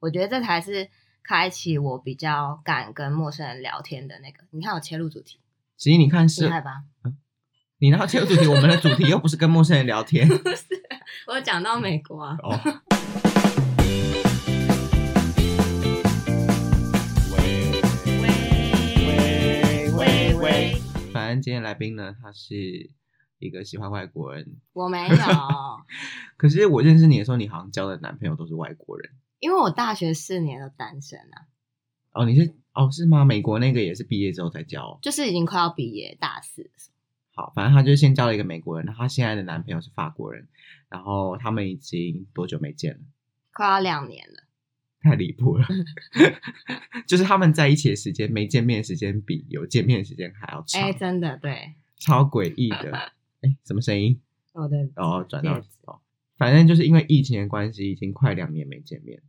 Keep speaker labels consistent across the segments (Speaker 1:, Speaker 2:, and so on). Speaker 1: 我觉得这才是开启我比较敢跟陌生人聊天的那个。你看我切入主题，
Speaker 2: 其实你看是
Speaker 1: 厉害吧？
Speaker 2: 你然后切入主题，我们的主题又不是跟陌生人聊 天
Speaker 1: 不是，我讲到美国啊，
Speaker 2: 哦。
Speaker 3: 喂喂喂，
Speaker 2: 反正今天来宾呢，他是一个喜欢外国人，
Speaker 1: 我没有，
Speaker 2: 可是我认识你的时候，你好像交的男朋友都是外国人。
Speaker 1: 因为我大学四年都单身啊，
Speaker 2: 哦，你是哦是吗？美国那个也是毕业之后才交哦。
Speaker 1: 就是已经快要毕业大四了，
Speaker 2: 好，反正她就是先交了一个美国人，然后她现在的男朋友是法国人，然后他们已经多久没见了？
Speaker 1: 快要两年了。
Speaker 2: 太离谱了，
Speaker 1: 嗯
Speaker 2: 就是他们在一起的时间没见面的时间比有见面的时间还要长，
Speaker 1: 哎、真的对，
Speaker 2: 超诡异的。 哎、什么声音？
Speaker 1: 我的
Speaker 2: 哦，转到
Speaker 1: 戒指
Speaker 2: 哦，反正就是因为疫情的关系，已经快两年没见面。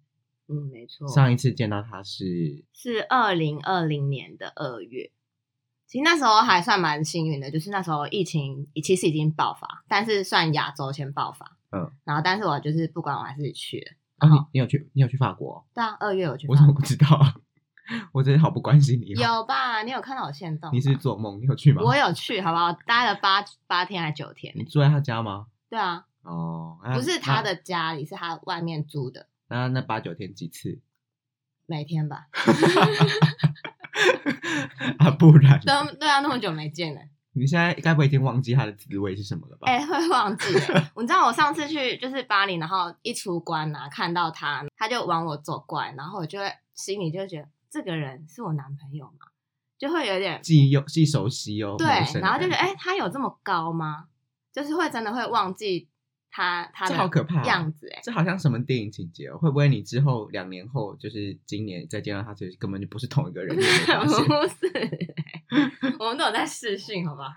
Speaker 1: 嗯没错，
Speaker 2: 上一次见到他是
Speaker 1: 是二零二零年的二月。其实那时候还算蛮幸运的，就是那时候疫情其实已经爆发，但是算亚洲先爆发。
Speaker 2: 嗯，
Speaker 1: 然后但是我就是不管我还是去了。
Speaker 2: 啊，你
Speaker 1: 哦
Speaker 2: 你有去你有去法国哦、
Speaker 1: 对啊，二月我去
Speaker 2: 我怎
Speaker 1: 法
Speaker 2: 么
Speaker 1: 国。
Speaker 2: 不知道 啊？我真的好不关心你、哦。
Speaker 1: 有吧？你有看到我现动吧？
Speaker 2: 你是做梦？你有去吗？
Speaker 1: 我有去，好不好？待了八八天还九天。
Speaker 2: 你住在他家吗？
Speaker 1: 对啊，
Speaker 2: 哦，那
Speaker 1: 不是他的家里，是他外面租的，
Speaker 2: 那那那八九天几次
Speaker 1: 每天吧。
Speaker 2: 啊？不然呢
Speaker 1: 都对啊，那么久没见了，
Speaker 2: 你现在该不会已经忘记它的滋味是什么了吧？
Speaker 1: 哎、会忘记的。 你知道我上次去就是巴黎，然后一出关啊，看到他，他就往我走过来，然后我就会心里就觉得这个人是我男朋友吗？就会有点
Speaker 2: 既又既熟悉又
Speaker 1: 对
Speaker 2: 陌生，的
Speaker 1: 然后就觉得
Speaker 2: 感
Speaker 1: 哎、他有这么高吗？就是会真的会忘记他他
Speaker 2: 这好可
Speaker 1: 的
Speaker 2: 怕哦
Speaker 1: 样子哎、
Speaker 2: 这好像什么电影情节哦？会不会你之后两年后，就是今年再见到他，其实根本就不是同一个人？你有没有发 现
Speaker 1: 不是，欸我们都有在试训，好吧？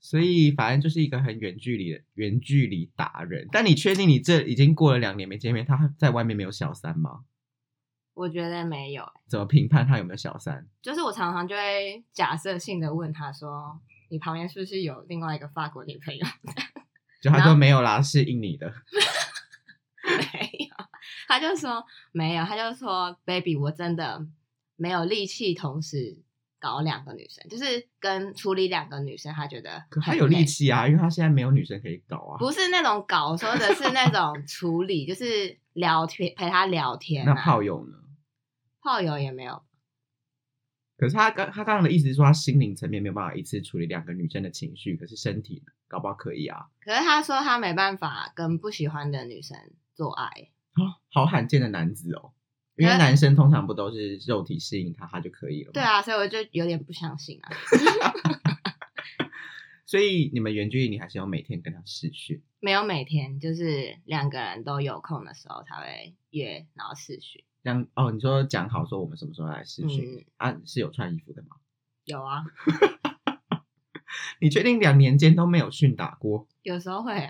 Speaker 2: 所以反正就是一个很远距离的远距离达人。但你确定你这已经过了两年没见面，他在外面没有小三吗？
Speaker 1: 我觉得没有，欸
Speaker 2: 怎么评判他有没有小三？
Speaker 1: 就是我常常就会假设性的问他说：“你旁边是不是有另外一个法国女朋友
Speaker 2: 就他
Speaker 1: 然
Speaker 2: 说
Speaker 1: 后
Speaker 2: 没有啦，是印尼 的。？”
Speaker 1: 没有，他就说没有，他就说：“baby，我真的没有力气同时搞两个女生，就是跟处理两个女生，他觉得
Speaker 2: 可他
Speaker 1: 很
Speaker 2: 有力
Speaker 1: 累
Speaker 2: 气啊，因为他现在没有女生可以搞啊。
Speaker 1: 不是那种搞，我说的是那种处理，就是聊天陪他聊天、啊。
Speaker 2: 那炮友呢？
Speaker 1: 炮友也没有，
Speaker 2: 可是他刚他刚刚的意思是说，他心灵层面没有办法一次处理两个女生的情绪，可是身体呢，搞不好可以啊。
Speaker 1: 可是他说他没办法跟不喜欢的女生做爱，
Speaker 2: 哦，好罕见的男子哦，因为
Speaker 1: 哎
Speaker 2: 男生通常不都是肉体吸引他，他就可以了。
Speaker 1: 对，啊，所以我就有点不相信啊。
Speaker 2: 所以你们远距离，你还是要每天跟他视讯。
Speaker 1: 没有每天，就是两个人都有空的时候才会约，然后试训。
Speaker 2: 让哦，你说讲好说我们什么时候来视讯、
Speaker 1: 嗯
Speaker 2: 啊？是有穿衣服的吗？
Speaker 1: 有啊，
Speaker 2: 你确定两年间都没有训打过？
Speaker 1: 有时候会、 啊，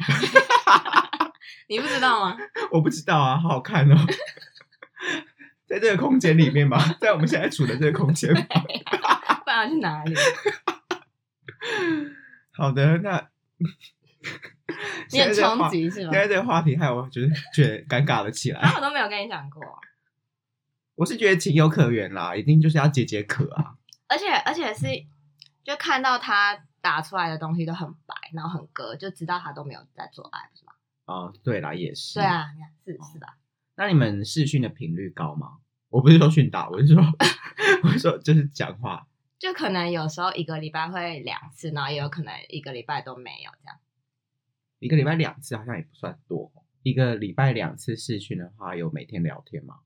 Speaker 1: 你不知道吗？
Speaker 2: 我不知道啊，好好看哦， 在这个空间里面吧，在我们现在处的这个空间吧。
Speaker 1: 不然要去哪里？
Speaker 2: 好的，那
Speaker 1: 你很
Speaker 2: 现在这个
Speaker 1: 冲
Speaker 2: 话。
Speaker 1: 击是
Speaker 2: 现
Speaker 1: 吗？
Speaker 2: 在这个话题害我觉得觉得尴尬了起
Speaker 1: 然
Speaker 2: 来。
Speaker 1: 后我都没有跟你讲过，啊
Speaker 2: 我是觉得情有可原啦，一定就是要解解渴啊。
Speaker 1: 而且而且是就看到他打出来的东西都很白，然后很割，就知道他都没有在做爱，不是吗？
Speaker 2: 哦，对啦，也是。
Speaker 1: 对。啊，你看是是吧？
Speaker 2: 那你们视讯的频率高吗？我不是说训打，我是说， 我是说就是讲话。
Speaker 1: 就可能有时候一个礼拜会两次，然后也有可能一个礼拜都没有这样。
Speaker 2: 一个礼拜两次好像也不算多哦。一个礼拜两次视讯的话，有每天聊天吗？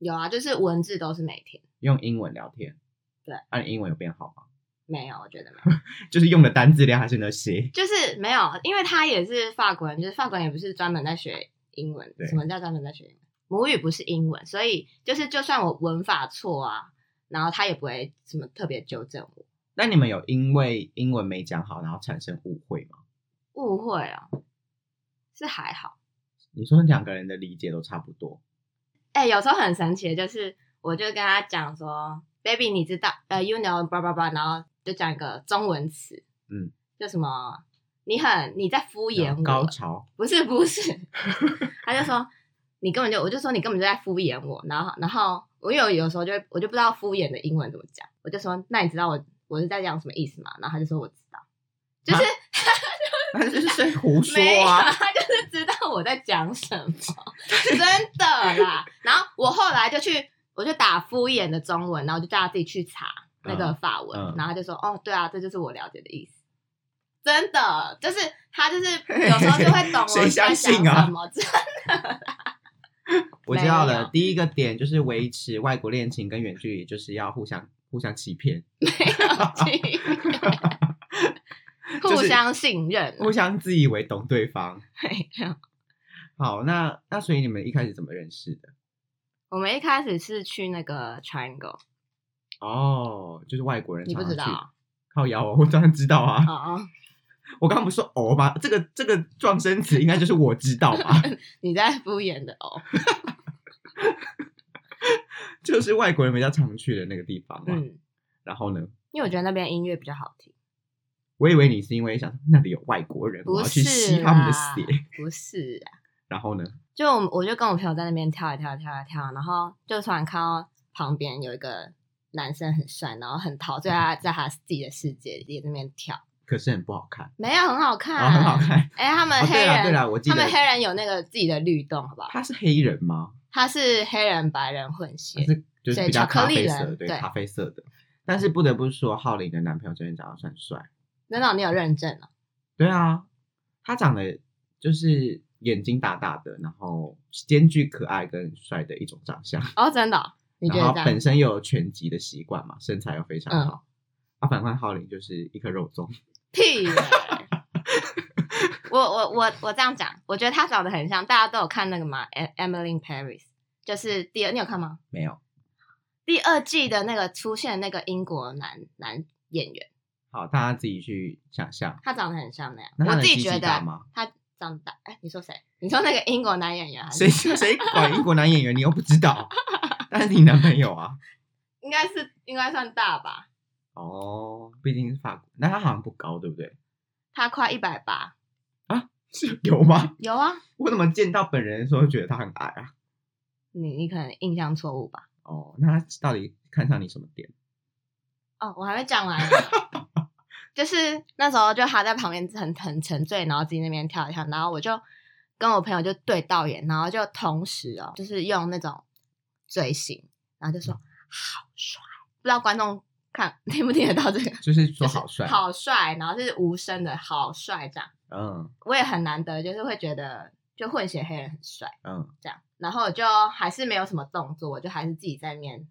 Speaker 1: 有啊，就是文字都是每天
Speaker 2: 用英文聊天。
Speaker 1: 对。
Speaker 2: 啊，你英文有变好吗？
Speaker 1: 没有，我觉得没有。
Speaker 2: 就是用的单字量还是那些？
Speaker 1: 就是没有，因为他也是法国人，就是法国人也不是专门在学英文
Speaker 2: 对。
Speaker 1: 什么叫专门在学英文？母语不是英文，所以就是就算我文法错啊，然后他也不会什么特别纠正我。
Speaker 2: 那你们有因为英文没讲好，然后产生误会吗？
Speaker 1: 误会啊，是还好。
Speaker 2: 你说两个人的理解都差不多，
Speaker 1: 哎、有时候很神奇的就是，我就跟他讲说，baby，你知道呃，you know，叭叭叭，然后就讲一个中文词，
Speaker 2: 嗯，
Speaker 1: 就什么你很你在敷衍我，
Speaker 2: 高潮
Speaker 1: 不是不是，他就说你根本就，我就说你根本就在敷衍我。然后，然后我有有时候就会我就不知道敷衍的英文怎么讲，我就说那你知道我我是在讲什么意思吗？然后他就说我知道，就是、
Speaker 2: 他就是在胡说
Speaker 1: 没有，
Speaker 2: 啊，
Speaker 1: 他就是知道我在讲什么， 真的啦。然后我后来就去，我就打敷衍的中文，然后我就叫他自己去查那个法文，
Speaker 2: 嗯嗯
Speaker 1: 然后他就说：“哦，对啊，这就是我了解的意思。”真的，就是他 就是有时候就会懂
Speaker 2: 谁
Speaker 1: 我在
Speaker 2: 相
Speaker 1: 讲
Speaker 2: 信啊
Speaker 1: 什么，真
Speaker 2: 我知道
Speaker 1: 没有
Speaker 2: 了。第一个点就是维持外国恋情跟远距离，就是要互相互相欺骗，
Speaker 1: 的
Speaker 2: 是
Speaker 1: 互相信任。啊
Speaker 2: 互相自以为懂对方。
Speaker 1: 嘿
Speaker 2: 好，那那所以你们一开始怎么认识的？
Speaker 1: 我们一开始是去那个 Triangle，
Speaker 2: 哦，就是外国人
Speaker 1: 你
Speaker 2: 常
Speaker 1: 不知
Speaker 2: 常
Speaker 1: 道
Speaker 2: 去
Speaker 1: 啊
Speaker 2: 靠腰哦，我当然知道啊。
Speaker 1: 哦哦，
Speaker 2: 我刚刚不是说哦吗？这个这个撞声词应该就是我知道 吧？
Speaker 1: 你在敷衍的哦。
Speaker 2: 就是外国人比较常去的那个地方嘛。
Speaker 1: 嗯，
Speaker 2: 然后呢，
Speaker 1: 因为我觉得那边音乐比较好听。
Speaker 2: 我以为你是因为想那里有外国人，我
Speaker 1: 不
Speaker 2: 要
Speaker 1: 是
Speaker 2: 去吸他们的
Speaker 1: 啦
Speaker 2: 血。，
Speaker 1: 不是啊，
Speaker 2: 然后呢，
Speaker 1: 就我们我就跟我朋友在那边跳来跳来跳来跳，然后就突然看到旁边有一个男生很帅，然后很陶醉他
Speaker 2: 嗯
Speaker 1: 在他自己的世界里在那边跳，
Speaker 2: 可是很不好看，
Speaker 1: 没有很好看，
Speaker 2: 然后哦 很好。看。
Speaker 1: 哎、他们
Speaker 2: 哦，
Speaker 1: 黑
Speaker 2: 对了对
Speaker 1: 人，
Speaker 2: 了，我记
Speaker 1: 他
Speaker 2: 得
Speaker 1: 们黑人有那个自己的律动，好不好？
Speaker 2: 他是黑人吗？
Speaker 1: 他是黑人白人混
Speaker 2: 他
Speaker 1: 血，
Speaker 2: 是就是
Speaker 1: 对
Speaker 2: 比较
Speaker 1: 巧克
Speaker 2: 咖
Speaker 1: 力
Speaker 2: 啡
Speaker 1: 人
Speaker 2: 色的，对
Speaker 1: 对
Speaker 2: 咖啡色的。但是不得不说，浩林的男朋友真的长得算帅。
Speaker 1: 难道你有认证啊？
Speaker 2: 对啊，他长得就是眼睛大大的，然后兼具可爱跟帅的一种长相。
Speaker 1: 哦，真的哦、你觉
Speaker 2: 然
Speaker 1: 得
Speaker 2: 后
Speaker 1: 这样嗯
Speaker 2: 本？身又有拳击的习惯嘛，身材又非常好。啊，反观浩林就是一颗肉 粽，
Speaker 1: 屁嘞、我我我我这样讲，我觉得他长得很像，大家都有看那个嘛，《Emily in Paris》，就是第二，你有看吗？
Speaker 2: 没有。
Speaker 1: 第二季的那个出现那个英国男男演员，
Speaker 2: 好，大家自己去想象。
Speaker 1: 他长得很像那样，
Speaker 2: 那他
Speaker 1: 我
Speaker 2: 的
Speaker 1: 自己
Speaker 2: 鸡
Speaker 1: 觉
Speaker 2: 鸡
Speaker 1: 得
Speaker 2: 大吗
Speaker 1: 他长得大，哎、你说谁？你说那个英国男演员还是
Speaker 2: 谁谁管英国男演员？你又不知道，但是你男朋友啊。
Speaker 1: 应该是应该算大吧？
Speaker 2: 哦，毕竟是法国，那他好像不高，对不对？
Speaker 1: 他快一百八，
Speaker 2: 是 有吗？
Speaker 1: 有啊，
Speaker 2: 我怎么见到本人的时候觉得他很矮啊？
Speaker 1: 你你可能印象错误吧？
Speaker 2: 哦，那他到底看上你什么点？
Speaker 1: 哦，我还没讲完呢。 就是那时候，就他在旁边很很沉醉，然后自己那边跳一跳，然后我就跟我朋友就对到眼，然后就同时哦，就是用那种嘴型，然后就说好帅，不知道观众看听不听得到这个，
Speaker 2: 就是说
Speaker 1: 就是
Speaker 2: 好帅，
Speaker 1: 好帅，然后就是无声的好帅这样，
Speaker 2: 嗯
Speaker 1: 我也很难得，就是会觉得就混血黑人很帅
Speaker 2: 嗯，
Speaker 1: 这样，然后我就还是没有什么动作，我就还是自己在面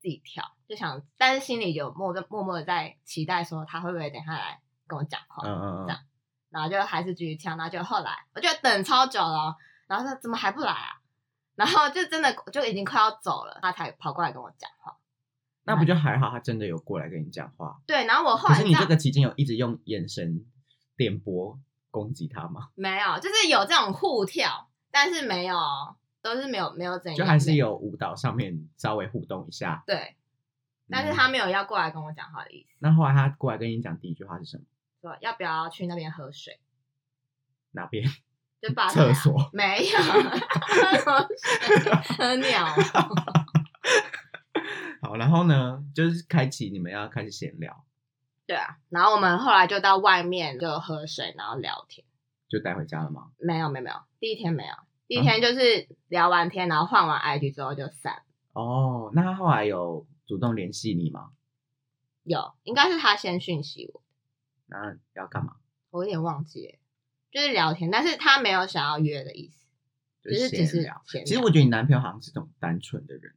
Speaker 1: 自己跳，就想，但是心里有默默默的在期待说他会不会等一下来跟我讲话，
Speaker 2: 嗯嗯嗯
Speaker 1: 这样，然后就还是继续跳，然后就后来我就等超久了哦，然后说怎么还不来啊？然后就真的就已经快要走了，他才跑过来跟我讲话。
Speaker 2: 那不就还好？他真的有过来跟你讲话，
Speaker 1: 对，然后我后
Speaker 2: 可
Speaker 1: 来
Speaker 2: 是
Speaker 1: 知
Speaker 2: 你
Speaker 1: 道
Speaker 2: 这个期间有一直用眼神点拨攻击他吗？
Speaker 1: 没有，就是有这种互跳，但是没有，都是没有没有怎样，
Speaker 2: 就还是有舞蹈上面稍微互动一下。
Speaker 1: 对，但是
Speaker 2: 嗯
Speaker 1: 他没有要过来跟我讲话的意思，
Speaker 2: 那后来他过来跟你讲第一句话是什么？
Speaker 1: 说要不要去那边喝水，
Speaker 2: 哪边？
Speaker 1: 就把
Speaker 2: 厕所。
Speaker 1: 没有喝什么水喝鸟，
Speaker 2: 好，然后呢，就是开启你们要开始闲聊，
Speaker 1: 对啊，然后我们后来就到外面就喝水，然后聊天，
Speaker 2: 就带回家了吗？
Speaker 1: 没有没有没有，第一天没有，第
Speaker 2: 啊
Speaker 1: 一天就是聊完天，然后换完 IG 之后就散了，
Speaker 2: 哦，那他后来有主动联系你吗？
Speaker 1: 有应该是他先讯息我。
Speaker 2: 那要干嘛？
Speaker 1: 我有点忘记了，就是聊天，但是他没有想要约的意思，
Speaker 2: 就
Speaker 1: 只是只
Speaker 2: 闲
Speaker 1: 是
Speaker 2: 聊。
Speaker 1: 闲聊
Speaker 2: 其实我觉得你男朋友好像是这种单纯的人，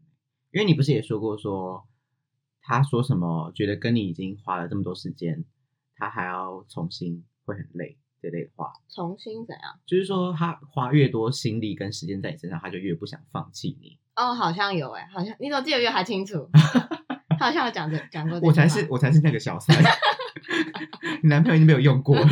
Speaker 2: 因为你不是也说过说，他说什么觉得跟你已经花了这么多时间，他还要重新会很累这类的话。
Speaker 1: 重新怎样？
Speaker 2: 就是说他花越多心力跟时间在你身上，他就越不想放弃你。
Speaker 1: 哦，好像有哎、好像你怎么记得越还清 楚？他好像有讲这讲过这句话，
Speaker 2: 我才是我才是那个 小三，你男朋友已经被我用过了。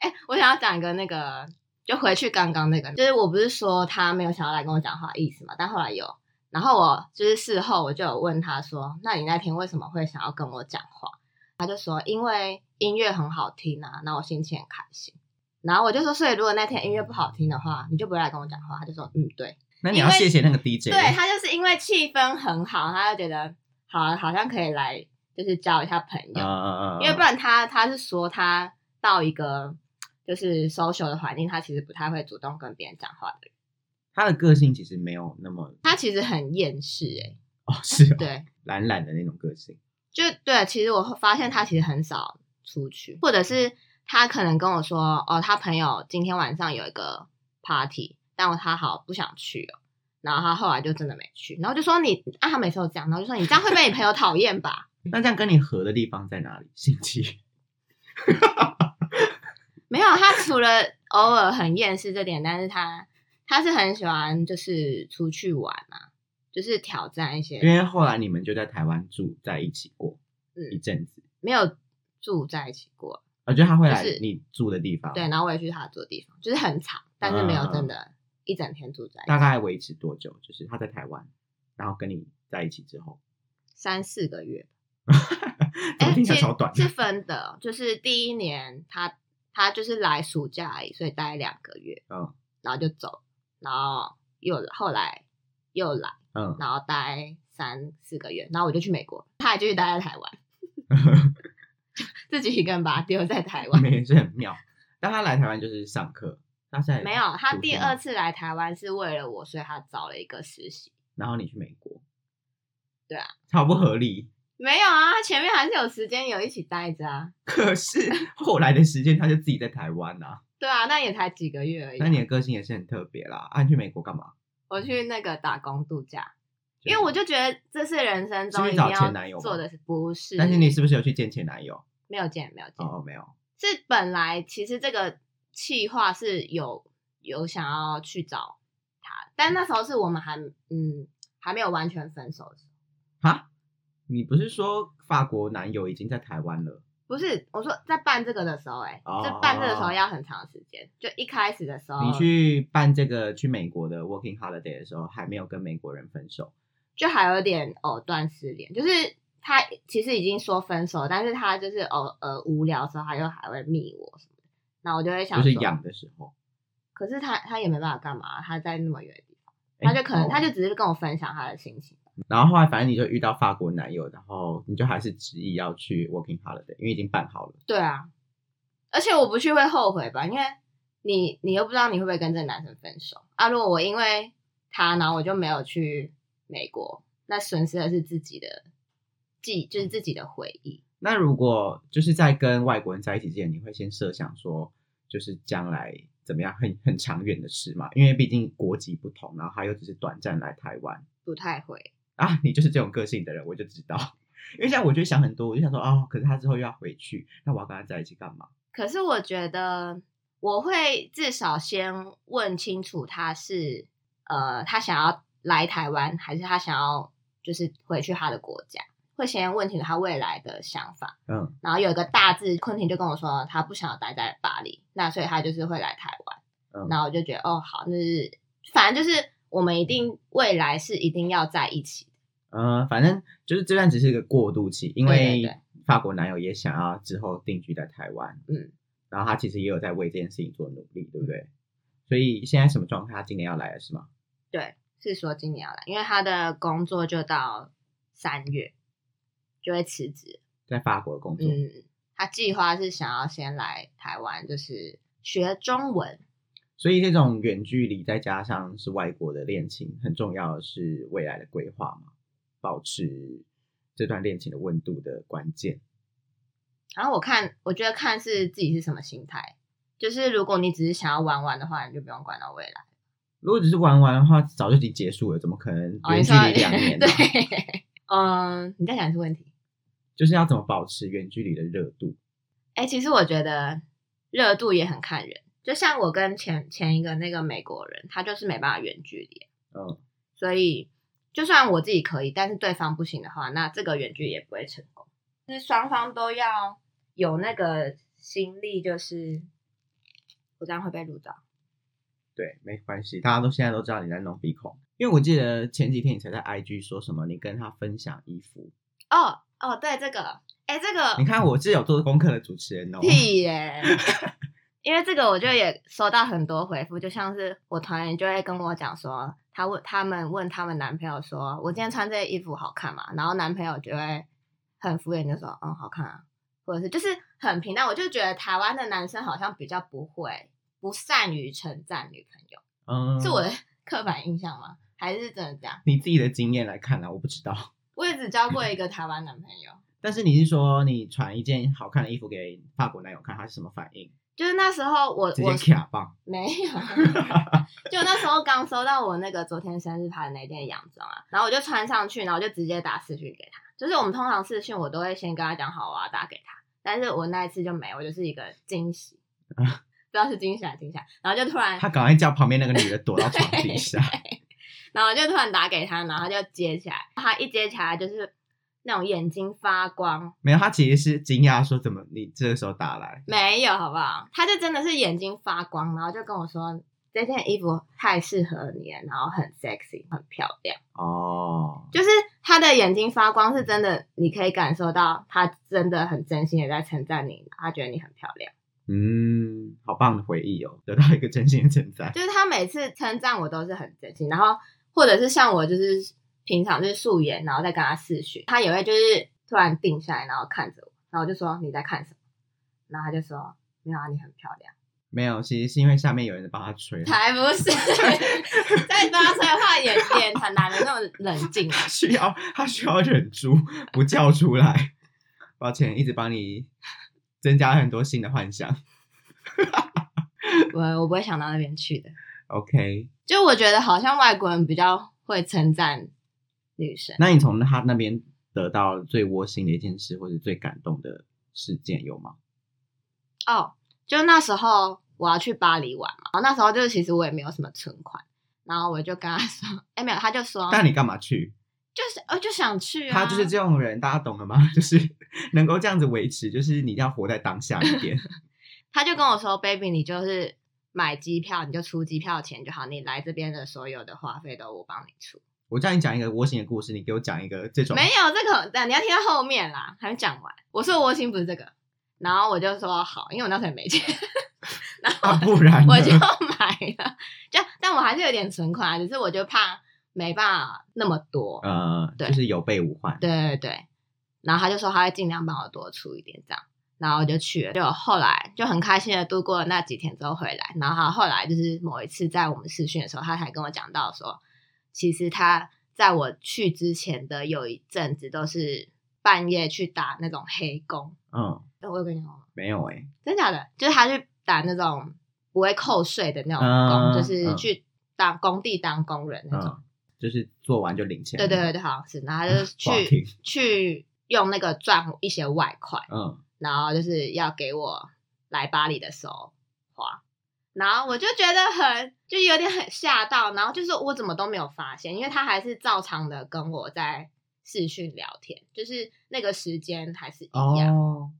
Speaker 1: 哎、我想要讲一个那个，就回去刚刚那个，就是我不是说他没有想要来跟我讲话的意思嘛，但后来有，然后我就是事后我就有问他说，那你那天为什么会想要跟我讲话？他就说因为音乐很好听啊，那我心情很开心。然后我就说，所以如果那天音乐不好听的话，你就不会来跟我讲话。他就说，嗯，对，
Speaker 2: 那你要谢谢那个 DJ，
Speaker 1: 对他就是因为气氛很好，他就觉得好，好像可以来，就是交一下朋友。
Speaker 2: 啊啊啊！
Speaker 1: 因为不然他他是说他到一个就是 social 的环境，他其实不太会主动跟别人讲话的人，
Speaker 2: 他的个性其实没有那么
Speaker 1: 他其实很厌世哎、
Speaker 2: 哦，是哦
Speaker 1: 对，
Speaker 2: 懒懒的那种个性。
Speaker 1: 就对，其实我会发现他其实很少出去，或者是他可能跟我说哦，他朋友今天晚上有一个 party，但我他好不想去哦。然后他后来就真的没去，然后就说你啊，他每次都这样，然后就说你这样会被你朋友讨厌吧？
Speaker 2: 那这样跟你合的地方在哪里？ 性气？
Speaker 1: 没有，他除了偶尔很厌世这点，但是他他是很喜欢就是出去玩嘛，就是挑战一些
Speaker 2: 因为后来你们就在台湾住在一起过一
Speaker 1: 嗯
Speaker 2: 阵子，
Speaker 1: 没有住在一起过，
Speaker 2: 我觉得他会来
Speaker 1: 就是
Speaker 2: 你住的地方，
Speaker 1: 对，，然后我也去他住的地方，就是很长，但是没有真的一整天住在一
Speaker 2: 大
Speaker 1: 起，
Speaker 2: 概维持多久？就是他在台湾，然后跟你在一起之后，
Speaker 1: 三四个月。
Speaker 2: 怎么
Speaker 1: 哎
Speaker 2: 听起来
Speaker 1: 其
Speaker 2: 超短的？
Speaker 1: 是分的，就是第一年他他就是来暑假而已，所以待两个月，
Speaker 2: 嗯
Speaker 1: 然后就走，然后又后来又来，
Speaker 2: 嗯，
Speaker 1: 然后待三四个月，然后我就去美国，他还继续待在台湾， 自己一个人把他丢在台湾。
Speaker 2: 没是很妙。但他来台湾就是上课，他现在
Speaker 1: 没有，他第二
Speaker 2: 次，
Speaker 1: 次来台湾是为了我，所以他找了一个实习。
Speaker 2: 然后你去美国，
Speaker 1: 对啊，
Speaker 2: 超不合理。
Speaker 1: 没有啊，他前面还是有时间有一起待着啊。
Speaker 2: 可是 后来的时间，他就自己在台湾啊。
Speaker 1: 对啊，那也才几个月而已啊、
Speaker 2: 那你的个性也是很特别啦。啊，你去美国干嘛？
Speaker 1: 我去那个打工度假，
Speaker 2: 就是
Speaker 1: 因为我就觉得这是人生中
Speaker 2: 是
Speaker 1: 一
Speaker 2: 去
Speaker 1: 定
Speaker 2: 找前男友
Speaker 1: 要
Speaker 2: 吗
Speaker 1: 做的是不是？
Speaker 2: 但是你是不是有去见前男友？
Speaker 1: 没有见，没有见，
Speaker 2: 哦，哦没有，
Speaker 1: 是本来其实这个计划是有有想要去找他，但那时候是我们还嗯还没有完全分手的时候，
Speaker 2: 哈，你不是说法国男友已经在台湾了？
Speaker 1: 不是我说在办这个的时候、欸，哎、
Speaker 2: 哦
Speaker 1: 这办这个的时候要很长时间，就一开始的时候
Speaker 2: 你去办这个去美国的 working holiday 的时候，还没有跟美国人分手，
Speaker 1: 就还有点藕断丝连，就是他其实已经说分手，但是他就是偶呃无聊的时候，他又还会密我什么的，那我就会想
Speaker 2: 就是
Speaker 1: 说
Speaker 2: 痒的时候，
Speaker 1: 可是他他也没办法干嘛，他在那么远的地方，
Speaker 2: 哎
Speaker 1: 他就可能、
Speaker 2: 哦
Speaker 1: 他就只是跟我分享他的心情，
Speaker 2: 然后后来反正你就遇到法国男友，然后你就还是执意要去 working holiday，因为已经办好了。
Speaker 1: 对啊，而且我不去会后悔吧，因为你你又不知道你会不会跟这个男生分手啊。如果我因为他，然后我就没有去美国，那损失的是自己的记，就是自己的回忆。
Speaker 2: 那如果就是在跟外国人在一起之前，你会先设想说，就是将来怎么样很很长远的事嘛？因为毕竟国籍不同，然后他又只是短暂来台湾，
Speaker 1: 不太会，
Speaker 2: 啊，你就是这种个性的人，我就知道。 因为现在我就想很多，我就想说，哦，可是他之后又要回去，那我要跟他在一起干嘛？
Speaker 1: 可是我觉得我会至少先问清楚他是呃，他想要来台湾，还是他想要就是回去他的国家，会先问清楚他未来的想法。
Speaker 2: 嗯，
Speaker 1: 然后有一个大致，昆汀就跟我说他不想要待在巴黎，那所以他就是会来台湾。
Speaker 2: 嗯
Speaker 1: 然后我就觉得哦，好，那就是反正就是我们一定未来是一定要在一起的。
Speaker 2: 呃，反正就是这段只是一个过渡期，因
Speaker 1: 对对
Speaker 2: 为
Speaker 1: 对
Speaker 2: 法国男友也想要之后定居在台湾，
Speaker 1: 嗯，
Speaker 2: 然后他其实也有在为这件事情做努力，对不对？所以现在什么状态？他今年要来了是吗？
Speaker 1: 对，是说今年要来，因为他的工作就到三月就会辞职。
Speaker 2: 在法国工作，
Speaker 1: 嗯，他计划是想要先来台湾，就是学中文。
Speaker 2: 所以这种远距离再加上是外国的恋情，很重要的是未来的规划嘛，保持这段恋情的温度的关键。
Speaker 1: 然后我看，我觉得看是自己是什么心态。就是如果你只是想要玩玩的话，你就不用管到未来。
Speaker 2: 如果只是玩玩的话，早就已经结束了，怎么可能
Speaker 1: 哦，
Speaker 2: 远
Speaker 1: 你
Speaker 2: 距
Speaker 1: 说
Speaker 2: 离两 年、呢？
Speaker 1: 对，嗯，你在讲是问题。
Speaker 2: 就是要怎么保持远距离的热度？
Speaker 1: 哎、其实我觉得热度也很看人，就像我跟前前一个那个美国人，他就是没办法远距离，
Speaker 2: 嗯，
Speaker 1: 所以就算我自己可以，但是对方不行的话，那这个远距离也不会成功。就是双方都要有那个心力，就是我这样会被录到。
Speaker 2: 对，没关系，大家都现在都知道你在弄鼻孔，因为我记得前几天你才在 IG 说什么，你跟他分享衣服。
Speaker 1: 哦哦，对这个，哎、这个
Speaker 2: 你看我是有做功课的主持人哦，
Speaker 1: 屁耶、因为这个，我就也收到很多回复，就像是我团员就会跟我讲说，他问他们问他们男朋友说，我今天穿这个衣服好看嘛？然后男朋友就会很敷衍，就说嗯好看啊，或者是就是很平淡。我就觉得台湾的男生好像比较不会不善于称赞女朋友，
Speaker 2: 嗯，
Speaker 1: 是我的刻板印象吗？还是真的这样？
Speaker 2: 你自己的经验来看啦、我不知道。
Speaker 1: 我也只交过一个台湾男朋友，
Speaker 2: 但是你是说你传一件好看的衣服给法国男友看，他是什么反应？
Speaker 1: 就是那时候我
Speaker 2: 直
Speaker 1: 我
Speaker 2: 接卡棒。
Speaker 1: 没有， 就那时候刚收到我那个昨天生日拍的那件洋装啊，然后我就穿上去，然后我就直接打视讯给他。就是我们通常视讯我都会先跟他讲好我要打给他，但是我那一次就没有，我就是一个惊喜，不知道是惊喜还是惊吓，然后就突然，
Speaker 2: 他赶快叫旁边那个女的躲到床底下。
Speaker 1: 然后我就突然打给他，然后他就接起来，他一接起来就是那种眼睛发光，
Speaker 2: 没有，他其实是惊讶说：“怎么你这个时候打来？
Speaker 1: 没有好不好？他就真的是眼睛发光，然后就跟我说这件衣服太适合你了，然后很 sexy，很漂亮。
Speaker 2: 哦，
Speaker 1: 就是他的眼睛发光，是真的，你可以感受到他真的很真心的在称赞你，他觉得你很漂亮。
Speaker 2: 嗯，好棒的回忆哦，得到一个真心的称赞。
Speaker 1: 就是他每次称赞我都是很真心，然后或者是像我就是平常就是素颜，然后再跟他视讯，他也会就是突然定下来，然后看着我，然后我就说你在看什么，然后他就说没有啊，你很漂亮。
Speaker 2: 没有，其实是因为下面有人帮他吹，他
Speaker 1: 才不是，在八岁的话也也很难的那种冷静 啊。
Speaker 2: 需要 他需要忍住不叫出来。 抱歉，一直帮你增加很多新的幻想。
Speaker 1: 我我不会想到那边去的。
Speaker 2: OK，
Speaker 1: 就我觉得好像外国人比较会称赞女生，
Speaker 2: 那你从他那边得到最窝心的一件事，或者最感动的事件有吗？
Speaker 1: 哦，就那时候我要去巴黎玩嘛，然后那时候就是其实我也没有什么存款，然后我就跟他说，哎、没有，他就说，
Speaker 2: 那你干嘛去？
Speaker 1: 就是我就想去啊，
Speaker 2: 他就是这种人，大家懂了吗？ 就是能够这样子维持，就是你一定要活在当下一 点。
Speaker 1: 他就跟我说，baby，你就是买机票你就出机票钱就好，你来这边的所有的花费都我帮你出，
Speaker 2: 我叫你讲一个窝心的故事，你给我讲一个这种
Speaker 1: 没有这个，但你要听到后面啦，还没讲完。我说我心不是这个，然后我就说好，因为我那时候也没钱， 然后
Speaker 2: 啊，不然 呢
Speaker 1: 我就 买了，就但我还是有点存款啊，只是我就怕没办法那么多。
Speaker 2: 呃，
Speaker 1: 对
Speaker 2: 就是有备无患。
Speaker 1: 对对对，然后他就说他会尽量帮我多出一点这样，然后我就去了，就后来就很开心的度过了那几天之后回来，然后他后来就是某一次在我们试训的时候，他才跟我讲到说，其实他在我去之前的有一阵子都是半夜去打那种黑工，
Speaker 2: 嗯，
Speaker 1: 呃我有跟你讲过吗？
Speaker 2: 没有哎、
Speaker 1: 真假的？就是他去打那种不会扣税的那种
Speaker 2: 嗯
Speaker 1: 工，就是
Speaker 2: 嗯
Speaker 1: 去当工地当工人那种。
Speaker 2: 嗯，就是做完就领钱。
Speaker 1: 对对对，对，好像是，然后他就是
Speaker 2: 不好
Speaker 1: 去
Speaker 2: 听
Speaker 1: 去用那个赚一些外快，
Speaker 2: 嗯，
Speaker 1: 然后就是要给我来巴黎的时候花，然后我就觉得很就有点很吓到，然后就是我怎么都没有发现，因为他还是照常的跟我在视讯聊天，就是那个时间还是一样。
Speaker 2: 哦，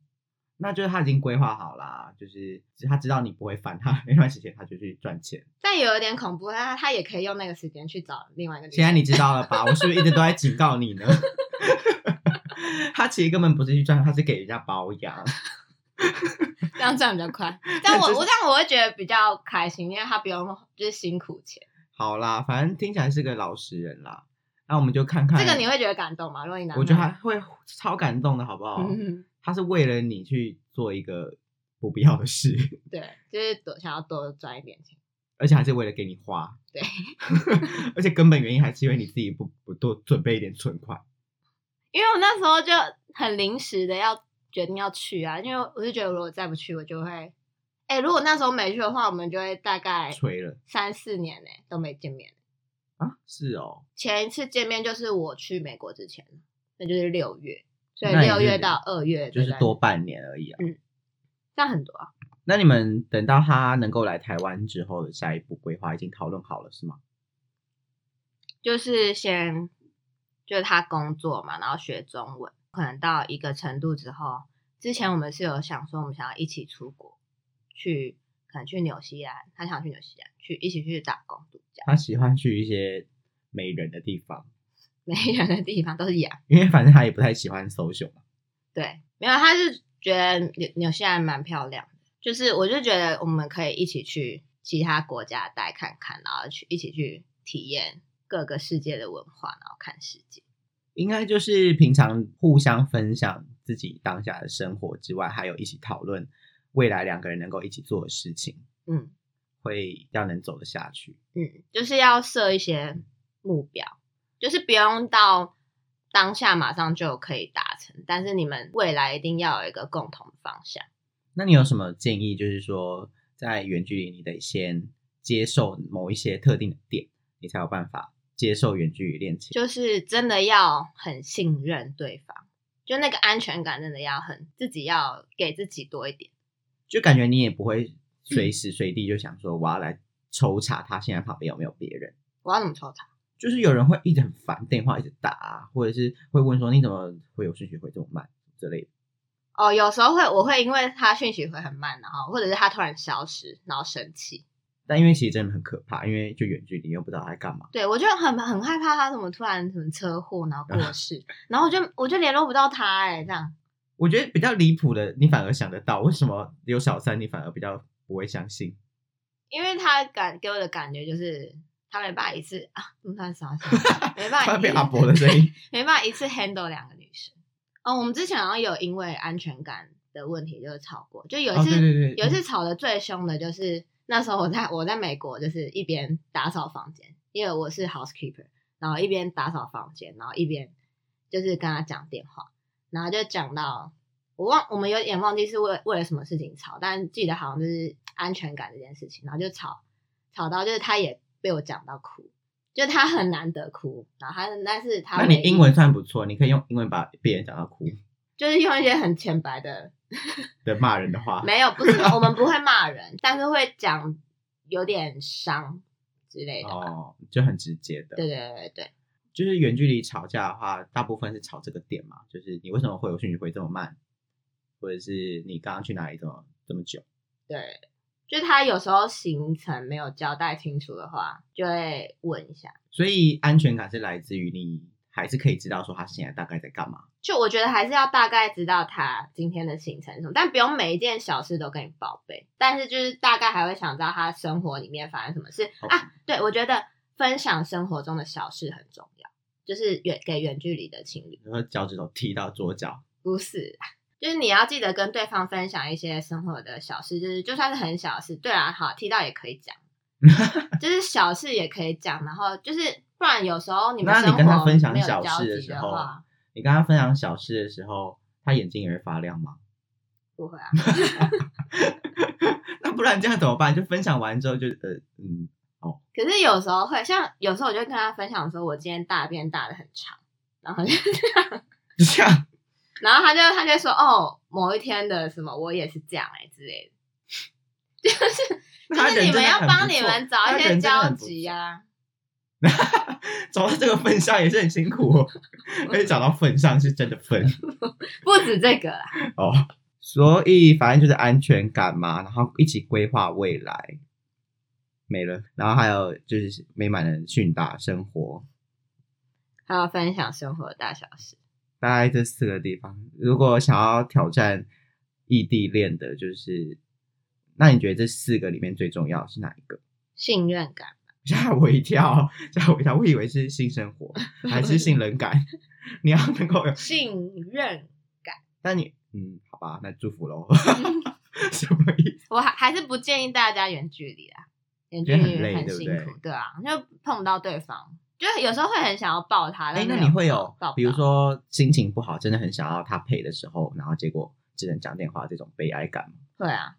Speaker 2: 那就是他已经规划好啦，就是他知道你不会烦他，那段时间他就去赚钱。
Speaker 1: 但也有点恐怖，他他也可以用那个时间去找另外一个女生。
Speaker 2: 现在你知道了 吧？我是不是一直都在警告你呢？ 他其实根本不是去赚，他是给人家保养。
Speaker 1: 这样赚比较 快，但我
Speaker 2: 就是
Speaker 1: 我这样我会觉得比较开心，因为他不用就是辛苦钱。
Speaker 2: 好啦，反正听起来是个老实人啦。那我们就看看
Speaker 1: 这个你会觉得感动吗？如果你男
Speaker 2: 我觉得
Speaker 1: 朋
Speaker 2: 他
Speaker 1: 友
Speaker 2: 会超感动的，好不好？啊
Speaker 1: 嗯，
Speaker 2: 他是为了你去做一个不必要的事，
Speaker 1: 对，就是多想要多赚一点钱。
Speaker 2: 而且还是为了给你花。
Speaker 1: 对，
Speaker 2: 而且根本原因还是因为你自己不不多准备一点存款。
Speaker 1: 因为我那时候就很临时的要决定要去啊，因为我就觉得如果再不去，我就会，哎、如果那时候没去的话，我们就会大概
Speaker 2: 吹了
Speaker 1: 三四年呢、都没见面。
Speaker 2: 啊，是哦，
Speaker 1: 前一次见面就是我去美国之前，那就是六月，所以
Speaker 2: 那也是
Speaker 1: 六月到二月
Speaker 2: 就
Speaker 1: 这
Speaker 2: 是
Speaker 1: 段
Speaker 2: 多，半年而已啊。
Speaker 1: 这样很多啊。
Speaker 2: 那你们等到他能够来台湾之后的下一步规划已经讨论好了是吗？
Speaker 1: 就是先就是他工作嘛，然后学中文，可能到一个程度之后，之前我们是有想说我们想要一起出国去，可能去纽西兰，他想去纽西兰去一起去打工度假，
Speaker 2: 他喜欢去一些没人的地方，
Speaker 1: 没人的地方都是羊，
Speaker 2: 因为反正他也不太喜欢 social 嘛。
Speaker 1: 对，没有，他是觉得纽纽西兰蛮漂亮的，就是我就觉得我们可以一起去其他国家待看看，然后去一起去体验各个世界的文化，然后看世界。
Speaker 2: 应该就是平常互相分享自己当下的生活之外，还有一起讨论未来两个人能够一起做的事情，
Speaker 1: 嗯
Speaker 2: 会要能走得下去。
Speaker 1: 嗯，就是要设一些目标，就是不用到当下马上就可以达成，但是你们未来一定要有一个共同的方向。
Speaker 2: 那你有什么建议？就是说，在远距离，你得先接受某一些特定的点，你才有办法接受远距离恋情。
Speaker 1: 就是真的要很信任对方，就那个安全感真的要很自己要给自己多一点。
Speaker 2: 就感觉你也不
Speaker 1: 嗯
Speaker 2: 会随时随地就想说我要来抽查他现在旁边有没有别人。
Speaker 1: 我要怎么抽查？
Speaker 2: 就是有人会一直很烦，电话一直打、啊，或者是会问说你怎么会有顺序会这么慢之类的。
Speaker 1: 哦，有时候会我会因为他讯息会很慢，然后或者是他突然消失，然后生气。
Speaker 2: 但因为其实真的很可怕，因为就远距离又不知道他在干嘛。
Speaker 1: 对我就很很害怕他怎么突然什么车祸，然后过世，然后我就我就联络不到他哎、这样
Speaker 2: 我觉得比较离谱的，你反而想得到，为什么有小三你反而比较不会相信？
Speaker 1: 因为他感给我的感觉就是他没办法一次啊，怎么突然消 失？没办法
Speaker 2: 突然
Speaker 1: 一
Speaker 2: 变阿伯的声音。
Speaker 1: 没办法一次 handle 两个女生。哦，我们之前好像有因为安全感的问题就是吵过，就有一次、
Speaker 2: 哦、对对对，
Speaker 1: 有一次吵得最凶的就是那时候我在我在美国，就是一边打扫房间，因为我是 housekeeper，然后一边打扫房间，然后一边就是跟他讲电话，然后就讲到我忘我们有点忘记是为为了什么事情吵，但记得好像就是安全感这件事情，然后就吵吵到就是他也被我讲到哭。就他很难得哭，然后他但是他
Speaker 2: 那你
Speaker 1: 唯一
Speaker 2: 英文算不错，你可以用英文把别人讲到哭
Speaker 1: 就是用一些很浅白的，
Speaker 2: 的骂人的话。
Speaker 1: 没有，不是 我们不会骂人，但是会讲有点伤之类的吧。
Speaker 2: 哦，就很直接的。
Speaker 1: 对对对对，
Speaker 2: 就是远距离吵架的话，大部分是吵这个点嘛，就是你为什么会有讯息回这么慢，或者是你刚刚去哪里这么这么久？
Speaker 1: 对，就是他有时候行程没有交代清楚的话，就会问一下。
Speaker 2: 所以安全感是来自于你还是可以知道说他现在大概在干嘛。
Speaker 1: 就我觉得还是要大概知道他今天的行程是什么，但不用每一件小事都跟你报备。但是就是大概还会想知道他生活里面发生什么事
Speaker 2: 好
Speaker 1: 啊。对，我觉得分享生活中的小事很重要，就是远给远距离的情侣。
Speaker 2: 然后脚趾头踢到左脚，
Speaker 1: 不是，就是你要记得跟对方分享一些生活的小事，就是就算是很小的事，对啊，好提到也可以 讲，就是小事也可以讲，然后就是不然有时候你们
Speaker 2: 那
Speaker 1: 生
Speaker 2: 你
Speaker 1: 活
Speaker 2: 跟他分享
Speaker 1: 没有
Speaker 2: 小
Speaker 1: 交
Speaker 2: 事的
Speaker 1: 集
Speaker 2: 时
Speaker 1: 的
Speaker 2: 候
Speaker 1: 话，
Speaker 2: 你跟他分享小事的时候，他眼睛也会发亮吗？
Speaker 1: 不会啊，
Speaker 2: 那不然这样怎么办？就分享完之后就呃嗯，
Speaker 1: 可是有时候会，像有时候我就跟他分享说，我今天大便大的很长，然后就
Speaker 2: 这样
Speaker 1: 然后他就他就说，哦，某一天的什么我也是这样哎、之类的。 就
Speaker 2: 他
Speaker 1: 是
Speaker 2: 人
Speaker 1: 你
Speaker 2: 真
Speaker 1: 们
Speaker 2: 的
Speaker 1: 要
Speaker 2: 很
Speaker 1: 帮
Speaker 2: 不
Speaker 1: 你
Speaker 2: 错
Speaker 1: 们找
Speaker 2: 他
Speaker 1: 一些
Speaker 2: 人真的
Speaker 1: 交
Speaker 2: 很不
Speaker 1: 集啊，
Speaker 2: 走到这个份上也是很辛苦、哦， 而且找到份上是真的份
Speaker 1: 不止这个啦，
Speaker 2: 哦。所以反正就是安全感嘛，然后一起规划未来，没了。然后还有就是美满的训打生活，
Speaker 1: 还有分享生活的大小事。
Speaker 2: 大概这四个地方。如果想要挑战异地恋的，就是那你觉得这四个里面最重要的是哪一个？
Speaker 1: 信任感，
Speaker 2: 吓我一跳， 吓我一跳，我以为是性生活还是性冷感， 你要能够有
Speaker 1: 信任，
Speaker 2: 但你嗯，好吧，那祝福喽。 什么意思？
Speaker 1: 我还还是不建议大家远距离啊，远距
Speaker 2: 因为很累
Speaker 1: 离
Speaker 2: 对不
Speaker 1: 辛
Speaker 2: 对
Speaker 1: 苦，对啊，就碰不到对方，就有时候会很想要抱他，
Speaker 2: 哎、
Speaker 1: 但
Speaker 2: 那
Speaker 1: 没
Speaker 2: 你会有
Speaker 1: 抱，不
Speaker 2: 比如
Speaker 1: 到
Speaker 2: 说心情不好，真的很想要他陪的时候，然后结果只能讲电话，这种悲哀感吗
Speaker 1: 会啊，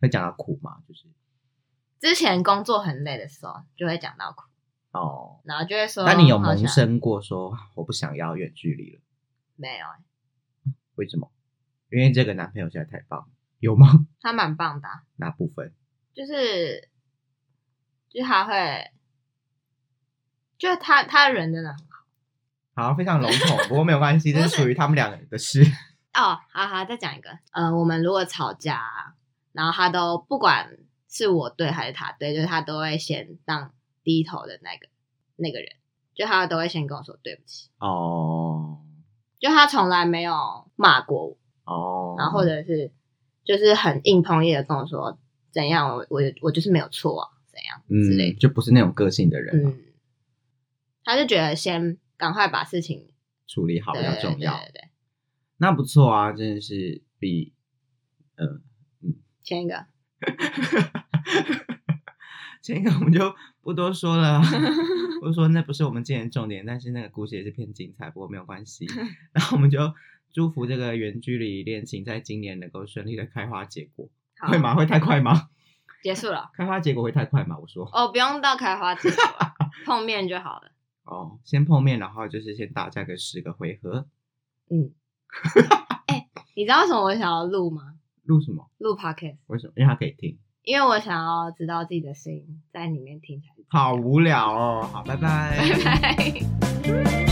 Speaker 2: 会讲到哭吗？就是
Speaker 1: 之前工作很累的时候就会讲到哭，
Speaker 2: 哦，
Speaker 1: 然后就会说，
Speaker 2: 那你有
Speaker 1: 呃好
Speaker 2: 萌
Speaker 1: 想
Speaker 2: 生过说啊我不想要远距离了？
Speaker 1: 没有欸？
Speaker 2: 为什么？因为这个男朋友实在太棒了，有吗？
Speaker 1: 他蛮棒的啊、
Speaker 2: 哪部分？
Speaker 1: 就是就是他会，就他他人真的很
Speaker 2: 好，非常笼统，不过没有 关系，
Speaker 1: 不
Speaker 2: 这
Speaker 1: 是
Speaker 2: 是属于他们两个人 的事。
Speaker 1: 哦，好好，再讲一个。呃，我们如果吵架啊，然后他都不管是我对还是他对，就是他都会先当低头的那个那个人，就他都会先跟我说对不起，
Speaker 2: 哦
Speaker 1: 就他从来没有骂过我，
Speaker 2: 哦，
Speaker 1: 然后或者是就是很硬碰硬的跟我说怎样，我我我就是没有错啊，怎样之类
Speaker 2: 嗯，就不是那种个性的人、啊，
Speaker 1: 嗯，他就觉得先赶快把事情
Speaker 2: 处理好比
Speaker 1: 对
Speaker 2: 较重要
Speaker 1: 对。对对，
Speaker 2: 那不错啊，真的是比，呃，
Speaker 1: 签一个，
Speaker 2: 前一个我们就不多说了。 我说那不是我们今天的重点，但是那个故事也是偏精彩，不过没有关 系。然后我们就祝福这个远距离恋情在今年能够顺利的开花结果，
Speaker 1: 好
Speaker 2: 会吗？会太快吗？
Speaker 1: 结束了
Speaker 2: 开花结果会太快吗？我说
Speaker 1: 哦，不用到开花结果， 碰面就好了。
Speaker 2: 哦，先碰面，然后就是先打架个十个回合，
Speaker 1: 嗯， 哎、你知道为什么我想要录吗？
Speaker 2: 录什么？
Speaker 1: 录 podcast，
Speaker 2: 为什么？因为他可以听。
Speaker 1: 因为我想要知道自己的声音在里面听起来。
Speaker 2: 好无聊哦，好，拜拜
Speaker 1: 拜拜。